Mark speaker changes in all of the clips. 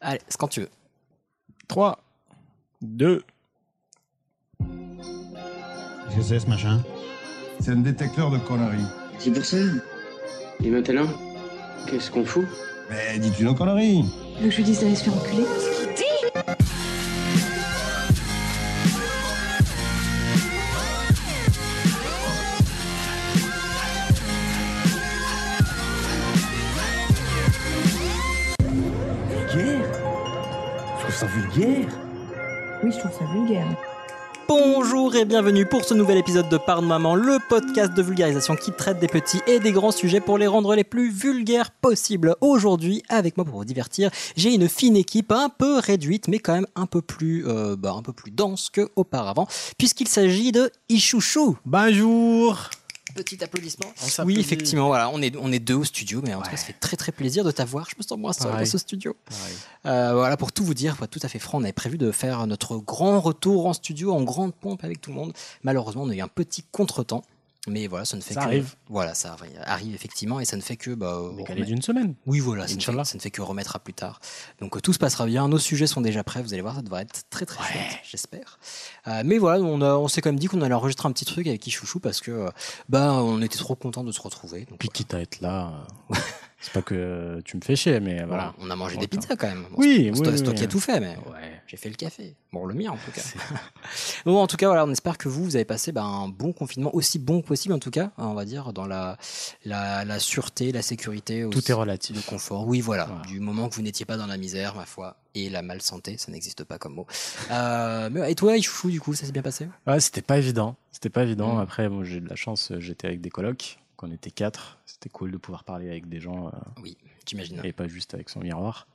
Speaker 1: Allez, c'est quand tu veux.
Speaker 2: 3, 2.
Speaker 3: Qu'est-ce que c'est ce machin
Speaker 4: C'est un détecteur de conneries.
Speaker 5: C'est pour ça. Et maintenant, qu'est-ce qu'on fout
Speaker 4: Mais dis-tu nos conneries
Speaker 6: Le que je lui dise d'aller se faire enculer
Speaker 7: Vulgaire Je trouve ça vulgaire
Speaker 6: Oui, je trouve ça vulgaire.
Speaker 1: Bonjour et bienvenue pour ce nouvel épisode de Pardon Maman, le podcast de vulgarisation qui traite des petits et des grands sujets pour les rendre les plus vulgaires possibles. Aujourd'hui, avec moi pour vous divertir, j'ai une fine équipe un peu réduite, mais quand même un peu plus, euh, bah, un peu plus dense qu'auparavant, puisqu'il s'agit de Ichouchou.
Speaker 2: Bonjour
Speaker 1: Petit applaudissement.
Speaker 2: On s'applaudit.
Speaker 1: Oui, effectivement, voilà, on est, on est deux au studio, mais en tout cas, ça fait très très plaisir de t'avoir. Je me sens moins seul
Speaker 2: Pareil.
Speaker 1: dans ce studio. Euh, voilà, pour tout vous dire, pour être tout à fait franc, on avait prévu de faire notre grand retour en studio en grande pompe avec tout le monde. Malheureusement, on a eu un petit contretemps. Mais voilà, ça ne fait
Speaker 2: Ça
Speaker 1: que.
Speaker 2: arrive.
Speaker 1: Voilà, ça arri- arrive effectivement et ça ne fait que. Bah,
Speaker 2: Décalé
Speaker 1: remettre-
Speaker 2: d'une semaine.
Speaker 1: Oui, voilà, ça ne, fait,
Speaker 2: Inch'Allah.
Speaker 1: ça ne fait que remettre à plus tard. Donc euh, tout se passera bien, nos sujets sont déjà prêts, vous allez voir, ça devrait être très très chouette, j'espère. Euh, mais voilà, on, a- on s'est quand même dit qu'on allait enregistrer un petit truc avec Ichouchou parce que euh, bah, on était trop contents de se retrouver. Donc,
Speaker 2: Puis quitte à être là, euh, c'est pas que tu me fais chier, mais
Speaker 1: voilà,
Speaker 2: voilà.
Speaker 1: on a mangé des
Speaker 2: Content.
Speaker 1: pizzas quand même.
Speaker 2: Oui,
Speaker 1: on
Speaker 2: oui, oui,
Speaker 1: stockait
Speaker 2: oui.
Speaker 1: tout fait, mais
Speaker 2: Ouais.
Speaker 1: j'ai fait le café. Bon, le mien en tout cas. Bon, en tout cas, voilà, on espère que vous, vous avez passé ben, un bon confinement, aussi bon que possible en tout cas, hein, on va dire, dans la, la, la sûreté, la sécurité,
Speaker 2: Tout
Speaker 1: aussi,
Speaker 2: est
Speaker 1: le
Speaker 2: relatif.
Speaker 1: confort. Oui, voilà,
Speaker 2: Voilà.
Speaker 1: du moment que vous n'étiez pas dans la misère, ma foi, et la malsanté, ça n'existe pas comme mot. Euh, mais, et toi, Ichouchou, du coup, ça s'est bien passé
Speaker 2: Ouais, c'était pas évident. C'était pas évident.
Speaker 1: Mm.
Speaker 2: Après, moi, j'ai eu de la chance. euh, J'étais avec des colocs, qu'on était quatre. C'était cool de pouvoir parler avec des gens euh,
Speaker 1: Oui, j'imagine.
Speaker 2: et pas juste avec son miroir.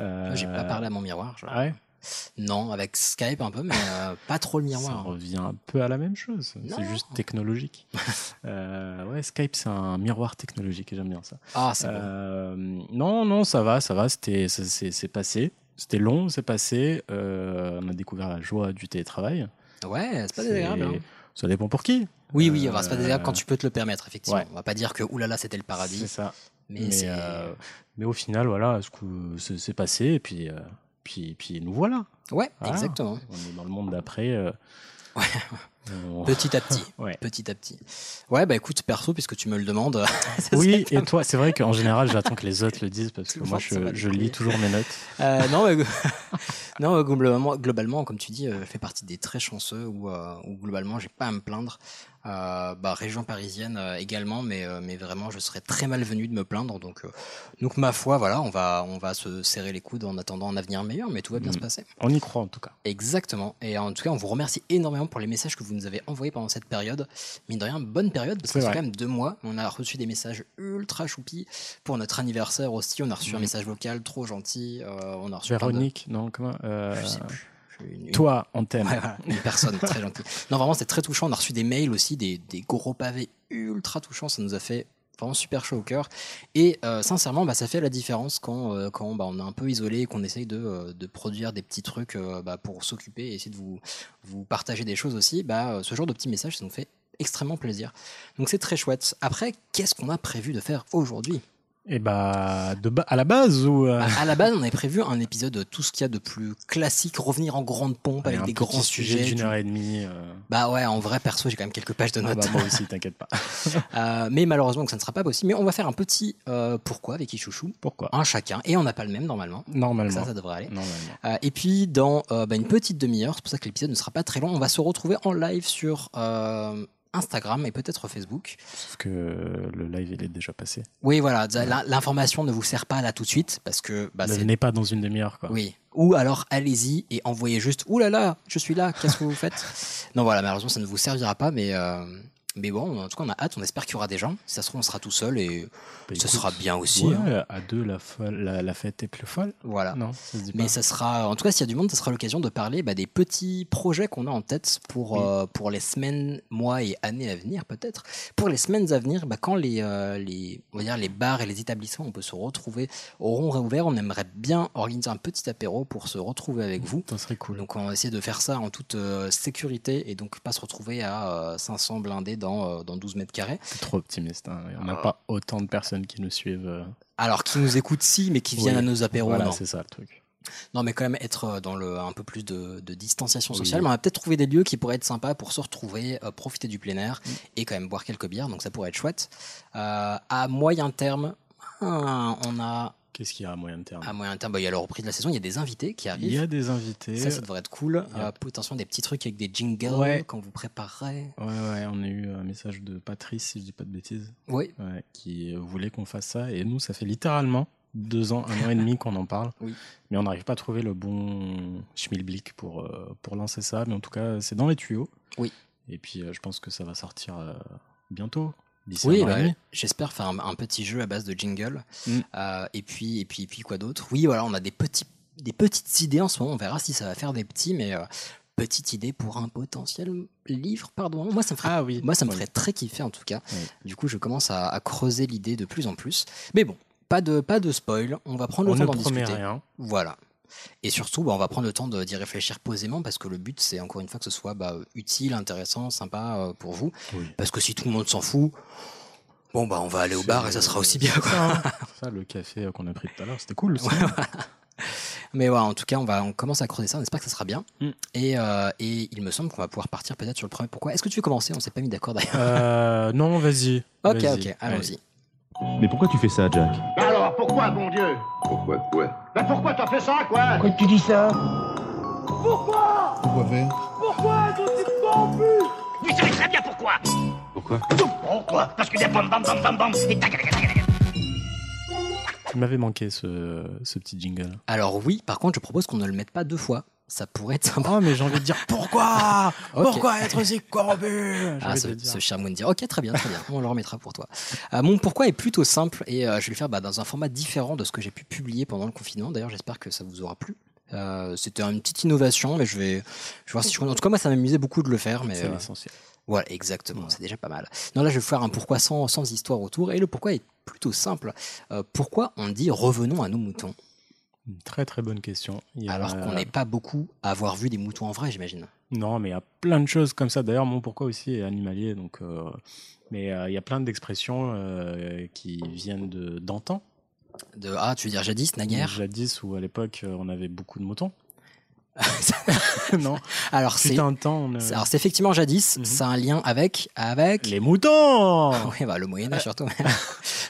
Speaker 2: Euh,
Speaker 1: Moi, Ah, J'ai pas parlé à mon miroir. je-
Speaker 2: Ah ouais,
Speaker 1: Non, avec Skype un peu, mais euh, pas trop le
Speaker 2: ça
Speaker 1: miroir. hein.
Speaker 2: revient un peu à la même chose.
Speaker 1: Non.
Speaker 2: C'est juste technologique. Euh, ouais, Skype, c'est un miroir technologique et j'aime bien ça.
Speaker 1: Ah, c'est bon.
Speaker 2: Euh, non, non, ça va, ça va. C'était, ça s'est- c'est passé. C'était long, c'est passé. Euh, on a découvert la joie du télétravail.
Speaker 1: Ouais, c'est pas
Speaker 2: C'est-
Speaker 1: désagréable. hein.
Speaker 2: Ça dépend pour qui.
Speaker 1: Oui, oui, enfin,
Speaker 2: Euh,
Speaker 1: c'est pas désagréable quand tu peux te le permettre, effectivement.
Speaker 2: ouais.
Speaker 1: On va pas dire que oulala, c'était le paradis,
Speaker 2: C'est ça.
Speaker 1: mais,
Speaker 2: mais,
Speaker 1: c'est.
Speaker 2: euh, mais au final, voilà, ce que c'est c'est passé, et puis, euh, puis, puis nous voilà.
Speaker 1: Ouais,
Speaker 2: voilà.
Speaker 1: exactement.
Speaker 2: On est dans le monde d'après. euh, on-
Speaker 1: Petit à petit.
Speaker 2: Oh. Ouais.
Speaker 1: Petit à petit. Ouais, bah écoute, perso, puisque tu me le demandes. ça
Speaker 2: Oui,
Speaker 1: serait
Speaker 2: et toi, c'est vrai qu'en général, j'attends que les autres le disent parce que
Speaker 1: Souvent,
Speaker 2: moi,
Speaker 1: ça va
Speaker 2: je, je
Speaker 1: dépendre.
Speaker 2: lis toujours mes notes.
Speaker 1: Euh, non, mais- non, euh, globalement, globalement, comme tu dis, euh, je fais partie des très chanceux où, euh, où globalement, j'ai pas à me plaindre. Euh, bah, région parisienne euh, également, mais, euh, mais vraiment, je serais très malvenu de me plaindre. Donc, euh, donc ma foi, voilà, on va, on va se serrer les coudes en attendant un avenir meilleur, mais tout va bien
Speaker 2: Mm.
Speaker 1: se passer.
Speaker 2: On y croit en tout cas.
Speaker 1: Exactement. Et en tout cas, on vous remercie énormément pour les messages que vous nous avez envoyés pendant cette période. Mine de rien, bonne période, parce que
Speaker 2: C'est
Speaker 1: c'est quand
Speaker 2: vrai.
Speaker 1: même deux mois. On a reçu des messages ultra choupis. Pour notre anniversaire aussi, on a reçu un
Speaker 2: Mhm.
Speaker 1: message vocal trop gentil. euh, on a reçu plein de-
Speaker 2: Véronique, non, comment euh,
Speaker 1: Je sais plus. Une- une-
Speaker 2: Toi, on t'aime.
Speaker 1: Ouais, voilà, une personne très gentille. Non, vraiment, c'est très touchant. On a reçu des mails aussi, des, des gros pavés ultra touchants. Ça nous a fait vraiment super chaud au cœur. Et euh, sincèrement, bah, ça fait la différence quand, euh, quand bah, on est un peu isolé et qu'on essaye de, euh, de produire des petits trucs euh, bah, pour s'occuper et essayer de vous, vous partager des choses aussi. Bah, euh, ce genre de petits messages, ça nous fait extrêmement plaisir. Donc c'est très chouette. Après, qu'est-ce qu'on a prévu de faire aujourd'hui
Speaker 2: Et bah, de ba- à la base ou euh,
Speaker 1: Bah, À la base, on avait prévu un épisode euh, tout ce qu'il y a de plus classique, revenir en grande pompe avec
Speaker 2: un
Speaker 1: des
Speaker 2: petit
Speaker 1: grands
Speaker 2: sujet
Speaker 1: sujets,
Speaker 2: d'une
Speaker 1: du
Speaker 2: heure et demie. euh,
Speaker 1: Bah ouais, en vrai, perso, j'ai quand même quelques pages de
Speaker 2: ah
Speaker 1: notes.
Speaker 2: bah, moi aussi, t'inquiète pas.
Speaker 1: Euh, mais malheureusement, donc, ça ne sera pas possible. Mais on va faire un petit euh, pourquoi avec Ichouchou.
Speaker 2: Pourquoi
Speaker 1: Un chacun. Et on n'a pas le même normalement. Donc
Speaker 2: Normalement.
Speaker 1: ça, ça devrait aller.
Speaker 2: Normalement.
Speaker 1: Euh, et puis, dans euh, bah, une petite demi-heure, c'est pour ça que l'épisode ne sera pas très long, on va se retrouver en live sur euh, Instagram et peut-être Facebook.
Speaker 2: Sauf que le live, il est déjà passé.
Speaker 1: Oui, voilà, l'in- l'information ne vous sert pas là tout de suite parce que bah,
Speaker 2: ne
Speaker 1: c'est.
Speaker 2: venez pas dans une demi-heure, quoi.
Speaker 1: Oui. Ou alors allez-y et envoyez juste Ouh là là, je suis là, qu'est-ce que vous faites Non, voilà, malheureusement, ça ne vous servira pas, mais, euh, mais bon, en tout cas, on a hâte, on espère qu'il y aura des gens. Si ça se trouve, on sera tout seul et
Speaker 2: Bah,
Speaker 1: ce
Speaker 2: écoute,
Speaker 1: sera bien aussi.
Speaker 2: ouais,
Speaker 1: hein.
Speaker 2: à deux, la, folle- la, la fête est plus folle.
Speaker 1: Voilà.
Speaker 2: Non, ça se dit
Speaker 1: Mais
Speaker 2: pas.
Speaker 1: ça sera, en tout cas, s'il y a du monde, ça sera l'occasion de parler bah, des petits projets qu'on a en tête pour,
Speaker 2: Oui.
Speaker 1: euh, pour les semaines, mois et années à venir, peut-être. Pour les semaines à venir, bah, quand les, euh, les, on va dire, les bars et les établissements, on peut se retrouver, auront réouvert, on aimerait bien organiser un petit apéro pour se retrouver avec vous.
Speaker 2: Ça serait cool.
Speaker 1: Donc on va essayer de faire ça en toute euh, sécurité et donc pas se retrouver à euh, 500 blindés dans, euh, dans 12 mètres carrés.
Speaker 2: T'es trop optimiste. hein. On n'a
Speaker 1: Ah.
Speaker 2: pas autant de personnes qui nous suivent. euh,
Speaker 1: Alors qui nous écoutent si, mais qui viennent à
Speaker 2: Oui.
Speaker 1: nos apéros,
Speaker 2: voilà,
Speaker 1: non.
Speaker 2: c'est ça le truc.
Speaker 1: Non, mais quand même être euh, dans le, un peu plus de, de distanciation sociale. Mais on va peut-être trouver des lieux qui pourraient être sympas pour se retrouver, euh, profiter du plein
Speaker 2: Mm.
Speaker 1: air et quand même boire quelques bières. Donc ça pourrait être chouette. Euh, à moyen terme, hein, on a
Speaker 2: Qu'est-ce qu'il y a à moyen terme
Speaker 1: à moyen terme, bah, il y a le reprise de la saison, il y a des invités qui
Speaker 2: Il y
Speaker 1: arrivent.
Speaker 2: a des invités.
Speaker 1: Ça, ça devrait être cool.
Speaker 2: Il y a-
Speaker 1: Euh, potentiellement des petits trucs avec des jingles
Speaker 2: Ouais.
Speaker 1: quand vous préparerez.
Speaker 2: Ouais, ouais, on a eu un message de Patrice, si je dis pas de bêtises,
Speaker 1: Oui,
Speaker 2: ouais, qui voulait qu'on fasse ça. Et nous, ça fait littéralement deux ans, un an et demi qu'on en parle.
Speaker 1: Oui.
Speaker 2: Mais on n'arrive pas à trouver le bon schmilblick pour, euh, pour lancer ça. Mais en tout cas, c'est dans les tuyaux.
Speaker 1: Oui.
Speaker 2: Et puis, euh, je pense que ça va sortir euh, bientôt. d'ici
Speaker 1: oui
Speaker 2: un an et
Speaker 1: bah,
Speaker 2: demi.
Speaker 1: j'espère faire un, un petit jeu à base de jingle.
Speaker 2: Mm.
Speaker 1: Euh, et, puis, et, puis, et puis, quoi d'autre Oui, voilà, on a des, petits, des petites idées en ce moment. On verra si ça va faire des petits, mais euh, petite idée pour un potentiel livre, pardon. Moi, ça me ferait
Speaker 2: Ah oui.
Speaker 1: Moi, ça me
Speaker 2: Ouais.
Speaker 1: ferait très kiffer en tout cas.
Speaker 2: Ouais.
Speaker 1: Du coup, je commence à, à creuser l'idée de plus en plus. Mais bon, pas de, pas de spoil. On va prendre
Speaker 2: On
Speaker 1: le
Speaker 2: ne
Speaker 1: temps d'en
Speaker 2: promet
Speaker 1: discuter.
Speaker 2: rien.
Speaker 1: Voilà. Et surtout, bah, on va prendre le temps de- d'y réfléchir posément parce que le but, c'est encore une fois que ce soit bah, euh, utile, intéressant, sympa euh, pour vous.
Speaker 2: Oui.
Speaker 1: Parce que si tout le monde s'en fout, bon, bah, on va aller au bar et ça sera aussi bien.
Speaker 2: C'est
Speaker 1: quoi.
Speaker 2: Ça, hein. ça, le café euh, qu'on a pris tout à l'heure, c'était cool. ça.
Speaker 1: Mais voilà, en tout cas, on, va, on commence à creuser ça. On espère que ça sera bien.
Speaker 2: Mm.
Speaker 1: Et, euh, et il me semble qu'on va pouvoir partir peut-être sur le premier. Pourquoi Est-ce que tu veux commencer On s'est pas mis d'accord d'ailleurs.
Speaker 2: Euh, non, vas-y.
Speaker 1: Ok,
Speaker 2: vas-y.
Speaker 1: ok, allons-y.
Speaker 8: Mais pourquoi tu fais ça, Jack
Speaker 9: Alors, pourquoi, bon Dieu
Speaker 5: Pourquoi quoi
Speaker 9: Ben pourquoi t'as fait ça, quoi
Speaker 7: Pourquoi tu dis ça
Speaker 4: Pourquoi faire
Speaker 9: Tu savais très bien pourquoi
Speaker 5: Pourquoi
Speaker 9: Pourquoi Parce que des bam bam bam bam bam et tac tac tac tac.
Speaker 2: Il m'avait manqué ce, ce petit jingle.
Speaker 1: Alors oui, par contre, je propose qu'on ne le mette pas deux fois. Ça pourrait être sympa.
Speaker 2: Oh, mais j'ai envie de dire pourquoi
Speaker 1: Ok.
Speaker 2: Oh, Pourquoi être si corrompu J'ai
Speaker 1: Ah,
Speaker 2: envie
Speaker 1: ce,
Speaker 2: de dire.
Speaker 1: ce cher Moundir. Ok, très bien, très bien. On le remettra pour toi. Euh, mon pourquoi est plutôt simple et euh, je vais le faire bah, dans un format différent de ce que j'ai pu publier pendant le confinement. D'ailleurs, j'espère que ça vous aura plu. Euh, C'était une petite innovation, mais je vais, je vais voir si je. En tout cas, moi, ça m'amusait beaucoup de le faire, mais
Speaker 2: C'est
Speaker 1: euh,
Speaker 2: l'essentiel.
Speaker 1: voilà, exactement. C'est déjà pas mal. Non, là, je vais vous faire un pourquoi sans, sans histoire autour et le pourquoi est plutôt simple. Euh, pourquoi on dit revenons à nos moutons
Speaker 2: Une très très bonne question. Il y a-
Speaker 1: alors qu'on n'est pas beaucoup à avoir vu des moutons en vrai, j'imagine.
Speaker 2: Non, mais il y a plein de choses comme ça. D'ailleurs, mon pourquoi aussi est animalier. Donc, euh, Mais euh, il y a plein d'expressions euh, qui viennent de- d'antan.
Speaker 1: De ah, tu veux dire jadis, naguère
Speaker 2: Jadis, où à l'époque, euh, on avait beaucoup de moutons. non,
Speaker 1: Alors c'est
Speaker 2: c'est un temps. on, euh,
Speaker 1: C'est- Alors c'est effectivement jadis,
Speaker 2: Mhm.
Speaker 1: ça a un lien avec avec
Speaker 2: Les moutons
Speaker 1: Ouais, bah, le Moyen Âge surtout.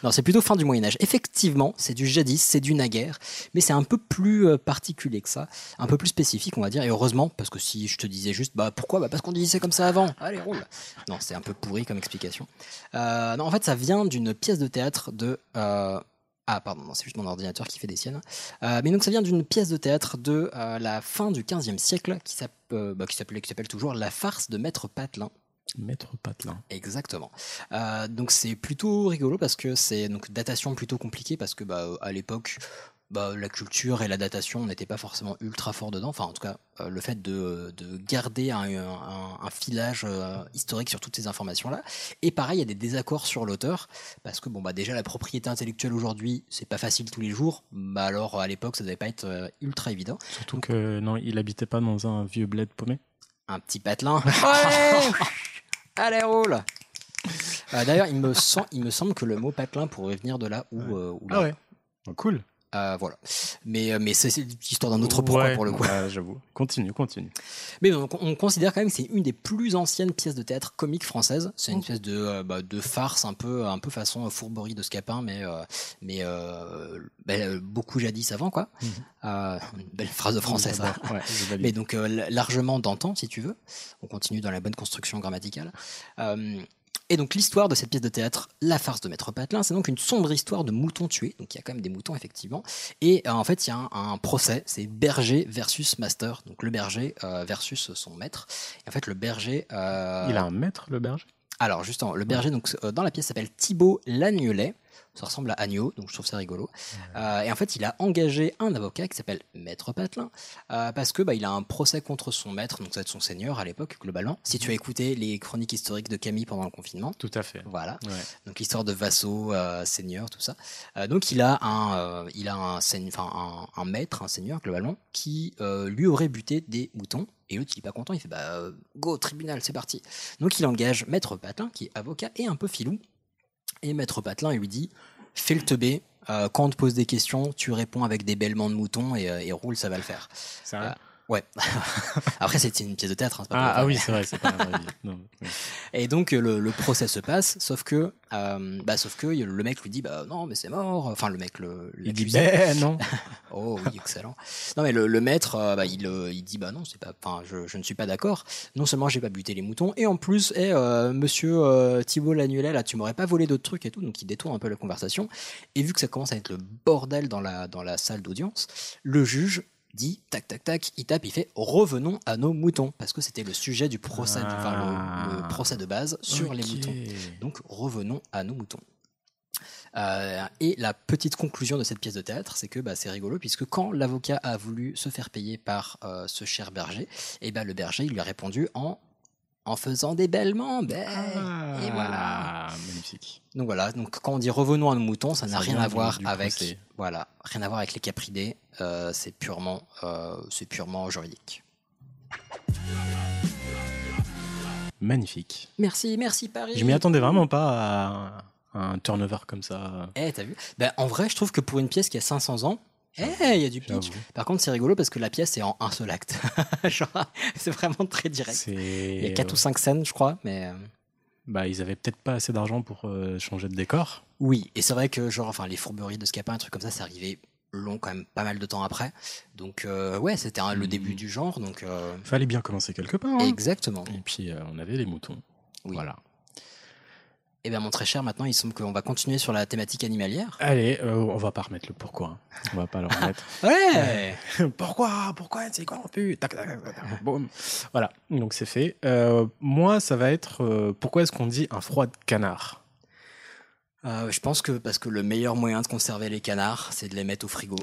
Speaker 1: non, c'est plutôt fin du Moyen Âge. Effectivement, c'est du jadis, c'est du naguère, mais c'est un peu plus euh, particulier que ça, un peu plus spécifique, on va dire. Et heureusement, parce que si je te disais juste, bah pourquoi Bah parce qu'on disait comme ça avant. Allez roule. Non, c'est un peu pourri comme explication. Euh, non, en fait, ça vient d'une pièce de théâtre de. euh, Ah pardon, non, c'est juste mon ordinateur qui fait des siennes. Euh, mais donc ça vient d'une pièce de théâtre de euh, la fin du 15e siècle qui s'app- euh, bah, qui s'appelait qui s'appelle toujours La farce de Maître Patelin.
Speaker 2: Maître Patelin.
Speaker 1: Exactement. Euh, donc c'est plutôt rigolo parce que c'est donc datation plutôt compliquée parce que bah, à l'époque bah, la culture et la datation n'étaient pas forcément ultra fort dedans. Enfin en tout cas euh, le fait de, de garder un, un- un filage euh, historique sur toutes ces informations là. Et pareil il y a des désaccords sur l'auteur parce que bon bah déjà la propriété intellectuelle aujourd'hui c'est pas facile tous les jours. Bah alors à l'époque ça devait pas être euh, ultra évident.
Speaker 2: Surtout que, non, il habitait pas dans un vieux bled paumé.
Speaker 1: Un petit patelin. Ouais Allez, roule Euh, D'ailleurs, il, me sem- il me semble que le mot patelin pourrait venir de là où. euh, où
Speaker 2: Ah
Speaker 1: là.
Speaker 2: Cool.
Speaker 1: Euh, voilà. Mais, euh, mais c'est c'est l'histoire d'un autre pourquoi
Speaker 2: Ouais,
Speaker 1: pour le coup.
Speaker 2: ouais, j'avoue. Continue, continue.
Speaker 1: Mais donc, on considère quand même que c'est une des plus anciennes pièces de théâtre comique française.
Speaker 2: Mm.
Speaker 1: C'est une espèce de, euh, bah, de farce un peu, un peu façon fourberie de Scapin, mais, euh, mais euh, bah, euh, beaucoup jadis avant, quoi.
Speaker 2: Mhm.
Speaker 1: Euh, une belle phrase de français, ça.
Speaker 2: J'adore. Ouais, je valide.
Speaker 1: Mais donc euh, la- largement d'antan, si tu veux. On continue dans la bonne construction grammaticale. Euh, et donc l'histoire de cette pièce de théâtre, La farce de Maître Patelin, c'est donc une sombre histoire de moutons tués. Donc il y a quand même des moutons, effectivement. Et euh, en fait, il y a un, un procès, c'est berger versus master. Donc le berger euh, versus son maître. Et en fait, le berger... euh,
Speaker 2: Il a un maître, le berger
Speaker 1: alors justement, le berger donc, euh, dans la pièce s'appelle Thibaut Lagnolet. Ça ressemble à agneau, donc je trouve ça rigolo. Euh, et en fait, il a engagé un avocat qui s'appelle Maître Patelin euh, parce que bah, il a un procès contre son maître, donc ça va être son seigneur à l'époque globalement. Si tu as écouté les chroniques historiques de Camille pendant le confinement,
Speaker 2: Tout à fait.
Speaker 1: voilà.
Speaker 2: Ouais.
Speaker 1: Donc l'histoire de Vassaux, euh, seigneur, tout ça. Euh, donc il a un, euh, il a un, seigne- enfin, un, un maître, un seigneur globalement, qui euh, lui aurait buté des moutons. Et l'autre, il est pas content, il fait bah euh, go tribunal, c'est parti. Donc il engage maître Patelin, qui est avocat et un peu filou. Et maître Patelin il lui dit fais le teubé, Euh, quand on te pose des questions, tu réponds avec des bêlements de mouton et, euh, et roule, ça va le faire.
Speaker 2: C'est vrai
Speaker 1: Ah. Ouais. Après, c'était une pièce de théâtre. hein, c'est pas pour
Speaker 2: ah,
Speaker 1: le faire.
Speaker 2: ah oui, c'est vrai, c'est pas la vraie vie. Non, oui.
Speaker 1: Et donc euh, le, le procès se passe, sauf que, euh, bah, sauf que le mec lui dit bah non mais c'est mort. Enfin le mec le.
Speaker 2: Il dit,
Speaker 1: l'accusé.
Speaker 2: ben non.
Speaker 1: Oh oui, excellent. Non mais le, le maître, euh, bah, il, euh, il dit bah non, c'est pas. Enfin, je, je ne suis pas d'accord. Non seulement j'ai pas buté les moutons, et en plus, eh, euh, Monsieur euh, Thibault Lanuelet, là, tu m'aurais pas volé d'autres trucs et tout, donc il détourne un peu la conversation. Et vu que ça commence à être le bordel dans la dans la salle d'audience, le juge dit tac tac tac, il tape, il fait revenons à nos moutons parce que c'était le sujet du procès, de- enfin le- le
Speaker 2: Ah.
Speaker 1: procès de base sur les
Speaker 2: Ok.
Speaker 1: moutons. Donc revenons à nos moutons. Euh, et la petite conclusion de cette pièce de théâtre, c'est que bah, c'est rigolo, puisque quand l'avocat a voulu se faire payer par euh, ce cher berger, et ben le berger il lui a répondu en, en faisant des bêlements. bêh. Et voilà.
Speaker 2: Ah, Magnifique.
Speaker 1: Donc voilà, donc quand on dit revenons à nos moutons, ça n'a
Speaker 2: Ça
Speaker 1: rien
Speaker 2: vient
Speaker 1: à
Speaker 2: du-
Speaker 1: voir
Speaker 2: du
Speaker 1: avec
Speaker 2: procès.
Speaker 1: voilà, rien à voir avec les capridés, euh, c'est purement, euh, c'est purement juridique.
Speaker 2: Magnifique.
Speaker 1: Merci, merci Paris.
Speaker 2: Je m'y attendais vraiment pas à à un turnover comme ça.
Speaker 1: Eh, t'as vu Ben, En vrai, je trouve que pour une pièce qui a 500 ans, eh, il y a du pitch.
Speaker 2: J'avoue.
Speaker 1: Par contre, c'est rigolo parce que la pièce est en un seul acte. Genre, c'est vraiment très direct.
Speaker 2: C'est... euh,
Speaker 1: Il y a 4 ou 5 scènes, je crois, mais euh,
Speaker 2: Bah, ils avaient peut-être pas assez d'argent pour euh, changer de décor.
Speaker 1: oui. Et c'est vrai que, genre, enfin, les fourberies de Scapin, un truc comme ça, c'est arrivé long quand même pas mal de temps après. Donc, euh, ouais, c'était un- le
Speaker 2: Mhm.
Speaker 1: début du genre. Donc, euh,
Speaker 2: Fallait bien commencer quelque part. hein.
Speaker 1: exactement.
Speaker 2: Et puis euh, on avait les moutons.
Speaker 1: Oui.
Speaker 2: Voilà.
Speaker 1: Eh bien, mon très cher, maintenant, il semble qu'on va continuer sur la thématique animalière.
Speaker 2: Allez, euh, on va pas remettre le pourquoi. hein. On va pas le remettre.
Speaker 1: Ouais
Speaker 2: pourquoi Pourquoi C'est corrompu Tac, tac, tac, tac. Boum. Voilà, donc c'est fait. Euh, moi, ça va être euh, pourquoi est-ce qu'on dit un froid de canard
Speaker 1: Euh, Je pense que parce que le meilleur moyen de conserver les canards, c'est de les mettre au frigo.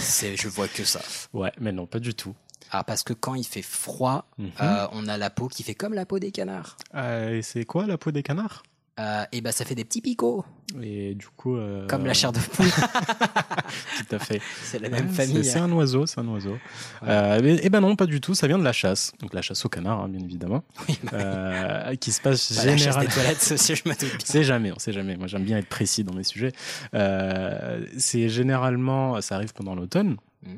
Speaker 1: C'est, je vois que ça.
Speaker 2: Ouais, mais non, pas du tout.
Speaker 1: Ah, parce que quand il fait froid,
Speaker 2: Mhm.
Speaker 1: euh, on a la peau qui fait comme la peau des canards.
Speaker 2: Euh, et c'est quoi la peau des canards
Speaker 1: Euh, et bah ça fait des petits picots,
Speaker 2: Et du coup. euh,
Speaker 1: comme la chair de poule.
Speaker 2: Tout à fait.
Speaker 1: c'est la même
Speaker 2: Ouais,
Speaker 1: famille. hein.
Speaker 2: C'est c'est un oiseau, c'est un oiseau.
Speaker 1: Ouais.
Speaker 2: Euh, mais- eh ben non, pas du tout. Ça vient de la chasse. Donc la chasse au canard, hein, bien évidemment.
Speaker 1: Oui, bah,
Speaker 2: Euh, qui se passe
Speaker 1: bah, la chasse
Speaker 2: généralement.
Speaker 1: des toilettes, ça, si je me doute
Speaker 2: On
Speaker 1: bien.
Speaker 2: sait jamais, on sait jamais. Moi, j'aime bien être précis dans mes sujets. Euh, c'est généralement, ça arrive pendant l'automne.
Speaker 1: Mhm.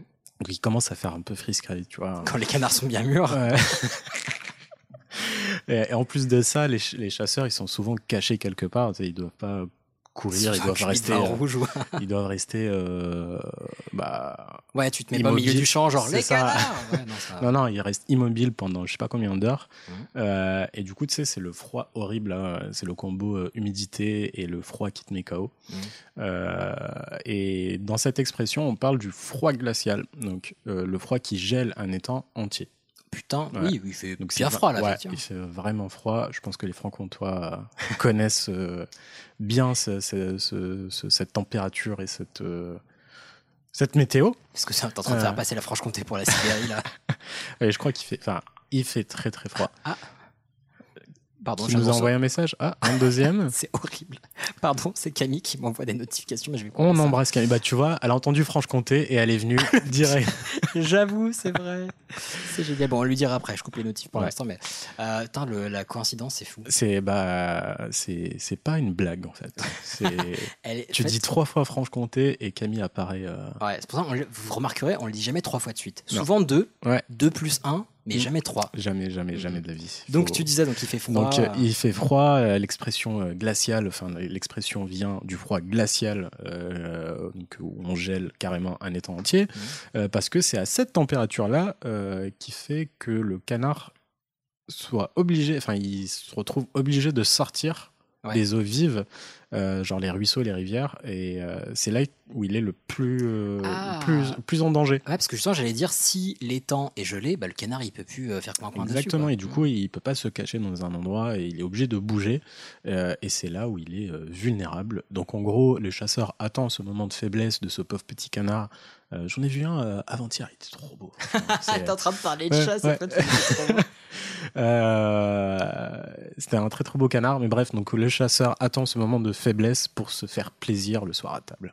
Speaker 2: Donc, il commence à faire un peu frisqué, tu vois.
Speaker 1: Quand les canards sont bien mûrs.
Speaker 2: Ouais. et, et en plus de ça, les, ch- les chasseurs, ils sont souvent cachés quelque part. Tu sais, Ils doivent pas courir, ils
Speaker 1: Enfin,
Speaker 2: doivent
Speaker 1: tu
Speaker 2: rester,
Speaker 1: mets de vin
Speaker 2: euh,
Speaker 1: rouge ou-
Speaker 2: ils doivent rester, euh, bah,
Speaker 1: Ouais, tu te mets pas au
Speaker 2: immobile,
Speaker 1: milieu du champ, genre
Speaker 2: c'est
Speaker 1: les
Speaker 2: ça.
Speaker 1: canards. Ouais, non, ça-
Speaker 2: Non, non, il reste immobile pendant je sais pas combien d'heures.
Speaker 1: Ah. Mhm.
Speaker 2: Euh, et du coup, tu sais, c'est le froid horrible. hein. C'est le combo euh, humidité et le froid qui te met KO.
Speaker 1: Mhm.
Speaker 2: Euh, et dans cette expression, on parle du froid glacial. Donc, euh, le froid qui gèle un étang entier.
Speaker 1: Putain,
Speaker 2: Ouais.
Speaker 1: oui, oui, il fait
Speaker 2: Donc,
Speaker 1: bien
Speaker 2: c'est-
Speaker 1: froid là.
Speaker 2: ouais,
Speaker 1: effectivement.
Speaker 2: il fait vraiment froid. Je pense que les francs-comtois euh, connaissent euh, bien ce- ce- ce- ce- cette température et cette, euh, cette météo.
Speaker 1: Parce que ça, t'es en train de faire
Speaker 2: Euh.
Speaker 1: passer la Franche-Comté pour la Sibérie là.
Speaker 2: Et je crois qu'il fait, enfin, il fait très très froid.
Speaker 1: Pardon,
Speaker 2: Qui
Speaker 1: je
Speaker 2: nous a
Speaker 1: m'en
Speaker 2: envoyé un message. Ah, un deuxième.
Speaker 1: C'est horrible. Pardon, c'est Camille qui m'envoie des notifications, mais je vais couper
Speaker 2: On
Speaker 1: ça.
Speaker 2: embrasse Camille. Bah, tu vois, elle a entendu Franche-Comté et elle est venue direct.
Speaker 1: J'avoue, c'est vrai. C'est génial. Bon, on lui dira après. Je coupe les notifs pour
Speaker 2: Ouais.
Speaker 1: l'instant, mais euh, putain, le- la coïncidence, c'est fou.
Speaker 2: C'est bah, c'est c'est pas une blague en fait. C'est-
Speaker 1: Elle est-
Speaker 2: tu
Speaker 1: en fait,
Speaker 2: dis trois fois Franche-Comté et Camille apparaît. euh,
Speaker 1: Ouais, c'est pour ça. on le- vous remarquerez, on le dit jamais trois fois de suite. Souvent deux,
Speaker 2: Ouais.
Speaker 1: deux plus un, mais
Speaker 2: Mm.
Speaker 1: jamais trois.
Speaker 2: Jamais, jamais, jamais de la vie.
Speaker 1: Donc
Speaker 2: Faut-
Speaker 1: tu disais, donc il fait froid.
Speaker 2: Donc euh, il fait froid, euh, l'expression euh, glaciale, enfin l'expression vient du froid glacial, euh, donc, où on gèle carrément un étang entier,
Speaker 1: Mmh.
Speaker 2: euh, parce que c'est à cette température-là euh, qui fait que le canard soit obligé, enfin il se retrouve obligé de sortir
Speaker 1: Ouais.
Speaker 2: des eaux vives, euh, genre les ruisseaux, les rivières, et euh, c'est là où il est le plus, euh,
Speaker 1: Ah.
Speaker 2: plus, plus en danger.
Speaker 1: Ouais, parce que justement, j'allais dire, si l'étang est gelé, bah, le canard, il peut plus euh, faire coin coin dessus.
Speaker 2: Exactement,
Speaker 1: quoi.
Speaker 2: et du coup, il peut pas se cacher dans un endroit et il est obligé de bouger. euh, et c'est là où il est euh, vulnérable. Donc, en gros, le chasseur attend ce moment de faiblesse de ce pauvre petit canard. Euh, J'en ai vu un euh, avant-hier, il était trop beau. Enfin,
Speaker 1: Ah,
Speaker 2: c'est-
Speaker 1: t'es en train de parler de
Speaker 2: Ouais,
Speaker 1: chasse.
Speaker 2: ouais.
Speaker 1: en fait, c'est trop drôle.
Speaker 2: Euh, C'était un très très beau canard, mais bref, donc le chasseur attend ce moment de faiblesse pour se faire plaisir le soir à table.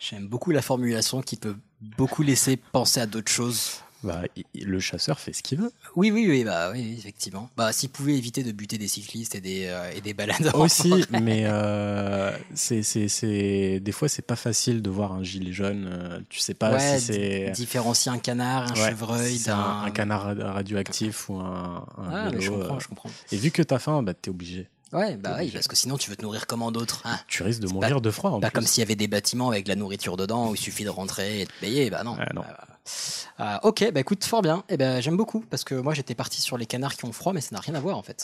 Speaker 1: J'aime beaucoup la formulation qui peut beaucoup laisser penser à d'autres choses.
Speaker 2: Bah, il- il- le chasseur fait ce qu'il veut.
Speaker 1: Oui, oui, oui, bah oui, oui, effectivement. Bah, s'ils pouvaient éviter de buter des cyclistes et des, euh, et des baladeurs.
Speaker 2: Aussi, mais euh, c'est, c'est, c'est- des fois, c'est pas facile de voir un gilet jaune. euh, Tu sais pas
Speaker 1: Ouais,
Speaker 2: si c'est.
Speaker 1: différencier un canard, un
Speaker 2: Ouais,
Speaker 1: chevreuil
Speaker 2: si c'est
Speaker 1: d'un.
Speaker 2: un, un canard ra- radioactif ou un, un
Speaker 1: Ah, mais je
Speaker 2: vélo,
Speaker 1: comprends,
Speaker 2: euh.
Speaker 1: je comprends.
Speaker 2: Et vu que t'as faim, bah, t'es obligé.
Speaker 1: Ouais, bah oui,
Speaker 2: obligé.
Speaker 1: parce que sinon tu veux te nourrir comme en d'autres. hein.
Speaker 2: Tu risques de
Speaker 1: C'est
Speaker 2: mourir
Speaker 1: pas-
Speaker 2: de froid. En
Speaker 1: Pas
Speaker 2: plus.
Speaker 1: Bah, comme s'il y avait des bâtiments avec de la nourriture dedans où il suffit de rentrer et de payer. Bah non.
Speaker 2: Ah, non.
Speaker 1: Ah, ok, bah écoute, fort bien. Et ben j'aime beaucoup parce que moi j'étais parti sur les canards qui ont froid, mais ça n'a rien à voir en fait.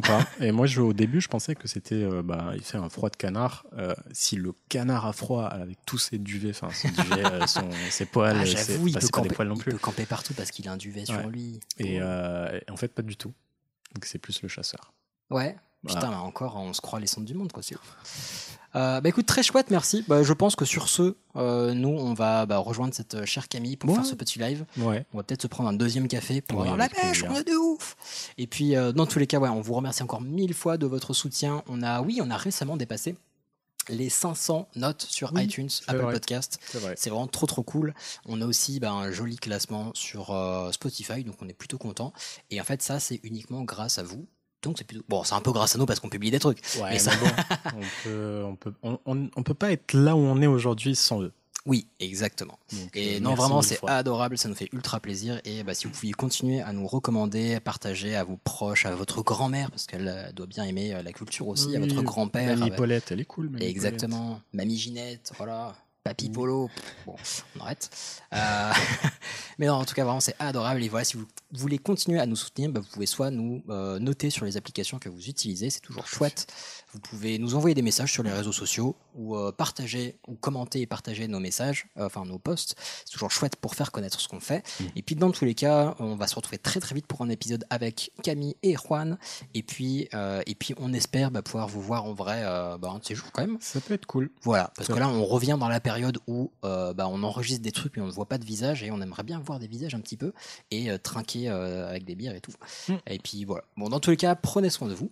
Speaker 2: pas. Et moi, je, au début, je pensais que c'était, euh, bah, il fait un froid de canard. Euh, si le canard a froid avec tous ses duvets, enfin, ses duvets, euh, son- ses poils,
Speaker 1: Ah,
Speaker 2: c'est
Speaker 1: J'avoue, il,
Speaker 2: bah,
Speaker 1: peut
Speaker 2: c'est pas des
Speaker 1: camper-
Speaker 2: poils non
Speaker 1: il
Speaker 2: plus.
Speaker 1: peut camper partout parce qu'il a un duvet
Speaker 2: Ouais.
Speaker 1: sur lui.
Speaker 2: Et, euh, et en fait, pas du tout. Donc, c'est plus le chasseur.
Speaker 1: Ouais. Putain,
Speaker 2: Voilà.
Speaker 1: bah encore, on se croit les centres du monde, quoi. C'est ouf. Euh, bah écoute, très chouette, merci. Bah, je pense que sur ce, euh, nous, on va bah, rejoindre cette euh, chère Camille pour
Speaker 2: Ouais.
Speaker 1: faire ce petit live.
Speaker 2: Ouais.
Speaker 1: On va peut-être se prendre un deuxième café pour
Speaker 2: Ouais,
Speaker 1: avoir la
Speaker 2: avec
Speaker 1: pêche,
Speaker 2: plaisir.
Speaker 1: on est de ouf. Et puis, euh, dans tous les cas, ouais, on vous remercie encore mille fois de votre soutien. On a, oui, on a récemment dépassé les 500 notes sur
Speaker 2: Oui,
Speaker 1: iTunes,
Speaker 2: c'est
Speaker 1: Apple
Speaker 2: vrai.
Speaker 1: Podcast.
Speaker 2: C'est vrai.
Speaker 1: C'est vraiment trop trop cool. On a aussi bah, un joli classement sur euh, Spotify, donc on est plutôt content. Et en fait, ça, c'est uniquement grâce à vous. Donc c'est plutôt bon, c'est un peu grâce à nous parce qu'on publie des trucs.
Speaker 2: Ouais,
Speaker 1: mais
Speaker 2: mais
Speaker 1: ça-
Speaker 2: bon, on peut, on peut, on, on- on peut pas être là où on est aujourd'hui sans eux.
Speaker 1: Oui, exactement.
Speaker 2: Donc,
Speaker 1: Et
Speaker 2: euh,
Speaker 1: non,
Speaker 2: merci
Speaker 1: vraiment,
Speaker 2: mille
Speaker 1: c'est
Speaker 2: fois.
Speaker 1: adorable, ça nous fait ultra plaisir. Et bah, si vous pouviez continuer à nous recommander, à partager à vos proches, à votre grand-mère, parce qu'elle euh, doit bien aimer euh, la culture aussi, à
Speaker 2: Oui,
Speaker 1: votre grand-père. euh,
Speaker 2: Mamie
Speaker 1: à-
Speaker 2: Paulette, elle est cool. Mamie
Speaker 1: Exactement. Mamie Ginette, voilà. Papy Polo. Bon, on arrête. Euh, mais non, en tout cas, vraiment, c'est adorable. Et voilà, si vous voulez continuer à nous soutenir, bah, vous pouvez soit nous euh, noter sur les applications que vous utilisez, c'est toujours chouette. Vous pouvez nous envoyer des messages sur les réseaux sociaux ou euh, partager ou commenter et partager nos messages, euh, enfin nos posts. C'est toujours chouette pour faire connaître ce qu'on fait. Et puis, dans tous les cas, on va se retrouver très très vite pour un épisode avec Camille et Juan. Et puis, euh, et puis on espère bah, pouvoir vous voir en vrai euh, bah, un de ces jours quand même.
Speaker 2: Paulette. Ça peut être cool.
Speaker 1: Voilà, parce que
Speaker 2: Ouais.
Speaker 1: là, on revient dans la période où euh, bah, on enregistre des trucs mais on ne voit pas de visage et on aimerait bien voir des visages un petit peu et euh, trinquer euh, avec des bières et tout.
Speaker 2: Mm.
Speaker 1: Et puis voilà. Bon, dans tous les cas, prenez soin de vous,